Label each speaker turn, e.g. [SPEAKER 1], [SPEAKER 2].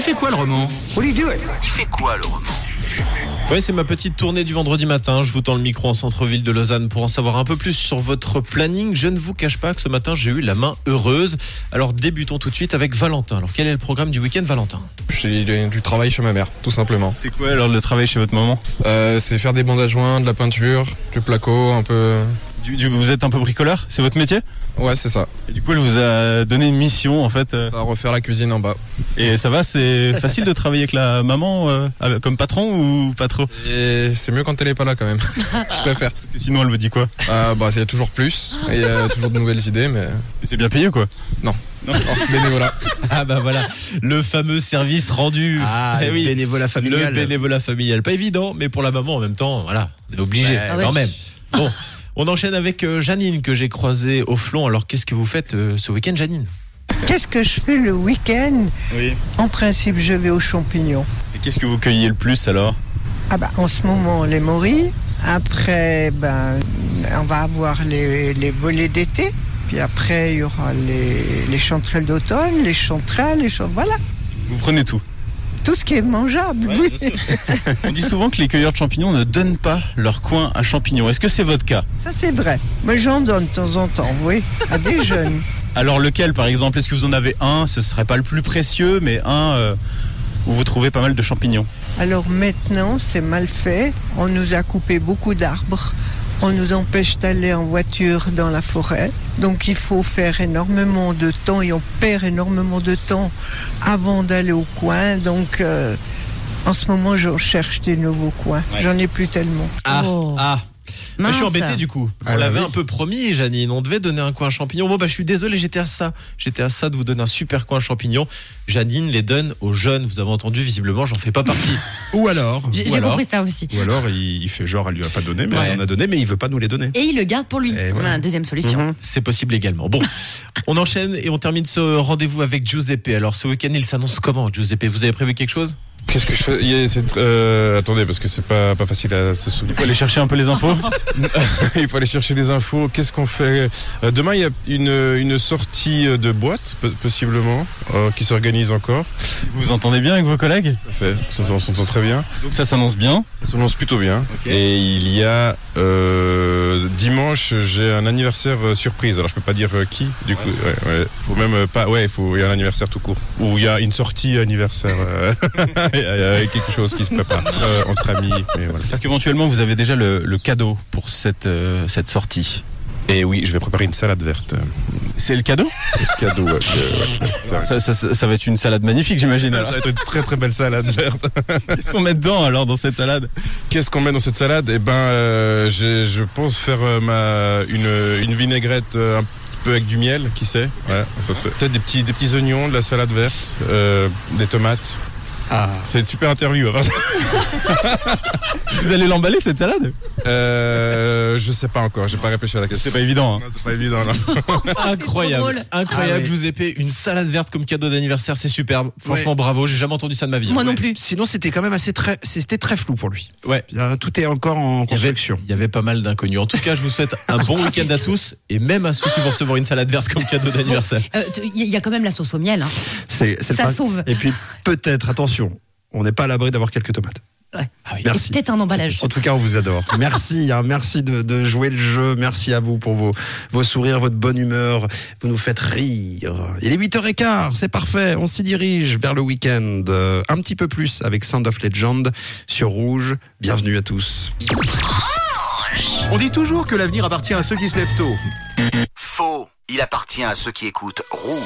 [SPEAKER 1] fait quoi le roman
[SPEAKER 2] What are you doing?
[SPEAKER 3] Il fait quoi le roman
[SPEAKER 4] Oui, c'est ma petite tournée du vendredi matin. Je vous tends le micro en centre-ville de Lausanne pour en savoir un peu plus sur votre planning. Je ne vous cache pas que ce matin, j'ai eu la main heureuse. Alors débutons tout de suite avec Valentin. Alors quel est le programme du week-end, Valentin
[SPEAKER 5] J'ai du- du travail chez ma mère, tout simplement.
[SPEAKER 4] C'est quoi alors le travail chez votre maman
[SPEAKER 5] Euh, c'est faire des bandes à joints, de la peinture, du placo, un peu.
[SPEAKER 4] Vous êtes un peu bricoleur C'est votre métier
[SPEAKER 5] Ouais, c'est ça.
[SPEAKER 4] Et du coup, elle vous a donné une mission en fait. euh,
[SPEAKER 5] Ça va refaire la cuisine en bas.
[SPEAKER 4] Et ça va, c'est facile de travailler avec la maman euh, comme patron ou pas trop
[SPEAKER 5] Et c'est mieux quand elle est pas là quand même. Je préfère.
[SPEAKER 4] Parce que sinon, elle vous dit quoi
[SPEAKER 5] Ah bah, c'est toujours plus. Et il y a toujours de nouvelles idées, mais. oh,
[SPEAKER 4] C'est bien payé quoi
[SPEAKER 5] Hors bénévolat.
[SPEAKER 4] Ah bah voilà, le fameux service rendu.
[SPEAKER 1] Ah,
[SPEAKER 4] Eh
[SPEAKER 1] le
[SPEAKER 4] oui.
[SPEAKER 1] bénévolat familial.
[SPEAKER 4] Le bénévolat familial. Pas évident, mais pour la maman en même temps, voilà, on est obligé
[SPEAKER 1] Bah,
[SPEAKER 4] quand
[SPEAKER 6] oui.
[SPEAKER 4] même. Bon, on enchaîne avec euh, Janine que j'ai croisée au flon. Alors qu'est-ce que vous faites euh, ce week-end, Janine
[SPEAKER 2] Qu'est-ce que je fais le week-end
[SPEAKER 4] Oui.
[SPEAKER 2] En principe, je vais aux champignons.
[SPEAKER 4] Et qu'est-ce que vous cueillez le plus alors
[SPEAKER 2] Ah bah, en ce moment, les morilles. Après, ben, on va avoir les, les volets d'été. Puis après, il y aura les, les chanterelles d'automne, les chanterelles, les chan- Voilà,
[SPEAKER 4] Vous prenez tout.
[SPEAKER 2] tout ce qui est mangeable. oui.
[SPEAKER 4] on dit souvent que les cueilleurs de champignons ne donnent pas leur coin à champignons. Est-ce que c'est votre cas
[SPEAKER 2] Ça, c'est vrai. Mais j'en donne de temps en temps, oui, à des jeunes.
[SPEAKER 4] Alors lequel par exemple Est-ce que vous en avez un Ce serait pas le plus précieux, mais un euh, où vous trouvez pas mal de champignons.
[SPEAKER 2] Alors maintenant, c'est mal fait. On nous a coupé beaucoup d'arbres. On nous empêche d'aller en voiture dans la forêt. Donc il faut faire énormément de temps et on perd énormément de temps avant d'aller au coin. Donc euh, en ce moment, je cherche des nouveaux coins. J'en ai plus tellement.
[SPEAKER 4] Ah,
[SPEAKER 6] Oh.
[SPEAKER 4] ah. Bah, je suis
[SPEAKER 6] Mince.
[SPEAKER 4] embêté du coup. On
[SPEAKER 5] Ah, bah
[SPEAKER 4] l'avait
[SPEAKER 5] oui.
[SPEAKER 4] un peu promis, Janine. On devait donner un coin champignon. Bon, bah, je suis désolé, j'étais à ça. J'étais à ça de vous donner un super coin champignon. Janine les donne aux jeunes. Vous avez entendu, visiblement, j'en fais pas partie.
[SPEAKER 1] Ou alors
[SPEAKER 6] J'ai
[SPEAKER 4] Ou
[SPEAKER 6] j'ai
[SPEAKER 4] alors-
[SPEAKER 6] compris ça aussi.
[SPEAKER 1] Ou alors il, il fait genre, elle lui a pas donné, mais
[SPEAKER 4] Ouais.
[SPEAKER 1] elle en a donné, mais il veut pas nous les donner.
[SPEAKER 6] Et il le garde pour lui. On
[SPEAKER 1] Et
[SPEAKER 6] a
[SPEAKER 1] voilà. Mhm.
[SPEAKER 6] une deuxième solution.
[SPEAKER 4] C'est possible également. Bon, on enchaîne et on termine ce rendez-vous avec Giuseppe. Alors, ce week-end, il s'annonce comment, Giuseppe Vous avez prévu quelque
[SPEAKER 1] Oh,
[SPEAKER 4] chose
[SPEAKER 5] Qu'est-ce que je fais Il y a cette- euh, Attendez, parce que c'est pas, pas facile à se souvenir.
[SPEAKER 4] Aller chercher un peu les infos.
[SPEAKER 5] Il faut aller chercher des infos. Qu'est-ce qu'on fait Euh, Demain, il y a une, une sortie de boîte, po- possiblement, euh, qui s'organise encore.
[SPEAKER 4] Vous vous entendez bien avec vos collègues
[SPEAKER 5] Tout à fait. Ça, ça, on s'entend très bien.
[SPEAKER 4] Donc ça s'annonce bien.
[SPEAKER 5] Ça se lance plutôt bien. Et il y a euh, dimanche, j'ai un anniversaire euh, surprise. Alors je peux pas dire euh, qui. Du coup, ouais, ouais. faut même euh, pas. Ouais, il faut. Il y a un anniversaire tout court. Ou il y a une sortie anniversaire. euh, Il y a quelque chose qui se prépare euh, entre amis. Mais voilà.
[SPEAKER 4] Parce qu'éventuellement, vous avez déjà le, le cadeau pour cette, euh, cette sortie. Eh
[SPEAKER 5] Et oui, je vais préparer une salade verte. euh,
[SPEAKER 4] C'est le cadeau
[SPEAKER 5] Cadeau. ouais, euh, ouais, c'est vrai.
[SPEAKER 4] ça, ça- ça- ça va être une salade magnifique, j'imagine.
[SPEAKER 5] Ça va être une très très belle salade verte.
[SPEAKER 4] Qu'est-ce qu'on met dedans alors dans cette salade
[SPEAKER 5] Qu'est-ce qu'on met dans cette salade Eh ben, euh, j'ai- je pense faire euh, ma une, une vinaigrette euh, un peu avec du miel, qui sait Ouais, ça c'est- Peut-être des petits des petits oignons, de la salade verte, euh, des tomates.
[SPEAKER 1] Ah.
[SPEAKER 5] C'est une super interview. hein.
[SPEAKER 4] Vous allez l'emballer cette salade
[SPEAKER 5] Euh, je sais pas encore, j'ai pas réfléchi à la question.
[SPEAKER 4] C'est pas évident. hein.
[SPEAKER 5] Non, c'est pas évident. non.
[SPEAKER 6] trop
[SPEAKER 4] Incroyable,
[SPEAKER 6] drôle.
[SPEAKER 4] incroyable,
[SPEAKER 1] Ah ouais.
[SPEAKER 4] Giuseppe, une salade verte comme cadeau d'anniversaire, c'est superbe. Franchement,
[SPEAKER 1] Ouais.
[SPEAKER 4] bravo, j'ai jamais entendu ça de ma vie. hein.
[SPEAKER 6] Moi non
[SPEAKER 4] Ouais.
[SPEAKER 6] plus.
[SPEAKER 1] Sinon, c'était quand même assez très, c'était très flou pour lui.
[SPEAKER 4] Ouais.
[SPEAKER 1] Euh, Tout est encore
[SPEAKER 4] Il y,
[SPEAKER 1] en
[SPEAKER 4] avait,
[SPEAKER 1] construction. Ah,
[SPEAKER 4] il y avait pas mal d'inconnus. En tout cas, je vous souhaite un bon week-end à tous et même à ceux qui vont recevoir une salade verte comme cadeau d'anniversaire.
[SPEAKER 6] Euh, tu- Il y a quand même la sauce au miel. hein.
[SPEAKER 1] C'est, c'est le
[SPEAKER 6] Ça
[SPEAKER 1] principe.
[SPEAKER 6] sauve.
[SPEAKER 1] Et puis peut-être, attention, on n'est pas à l'abri d'avoir quelques tomates. Ah
[SPEAKER 6] Ouais.
[SPEAKER 4] oui.
[SPEAKER 6] Et
[SPEAKER 1] Merci.
[SPEAKER 6] peut-être un emballage.
[SPEAKER 1] En tout cas, on vous adore. Merci, hein, merci de, de jouer le jeu. Merci à vous pour vos, vos sourires, votre bonne humeur. Vous nous faites rire. Il est 8h15, c'est parfait. On s'y dirige vers le week-end. Euh, un petit peu plus avec Sound of Legend sur Rouge. Bienvenue à tous.
[SPEAKER 7] On dit toujours que l'avenir appartient à ceux qui se lèvent tôt.
[SPEAKER 3] Faux. Il appartient à ceux qui écoutent Rouge.